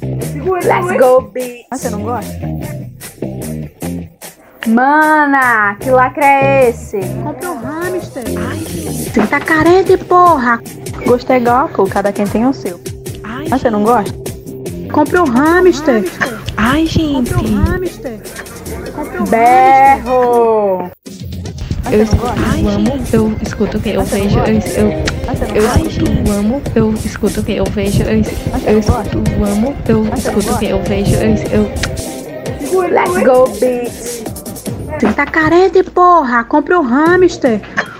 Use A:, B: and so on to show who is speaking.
A: Segura,
B: Let's
A: segura.
B: go, bitch.
C: Mas Ah, você não gosta?
B: Mana, que lacre é esse?
C: Compra um hamster. Ai, você tá carente, porra. Gosto é igual a cor, cada quem tem o seu. Mas você não gosta? Compra um hamster. Ai, gente. Compra um hamster.
B: Berro!
D: Eu escuto, eu amo, eu escuto o que eu vejo, eu, eu, eu escuto, eu amo, eu escuto o que eu vejo, eu, eu escuto, eu amo, eu escuto o que eu vejo, eu, eu,
B: Let's go, bitch!
C: Você tá carente, porra. Compra um hamster.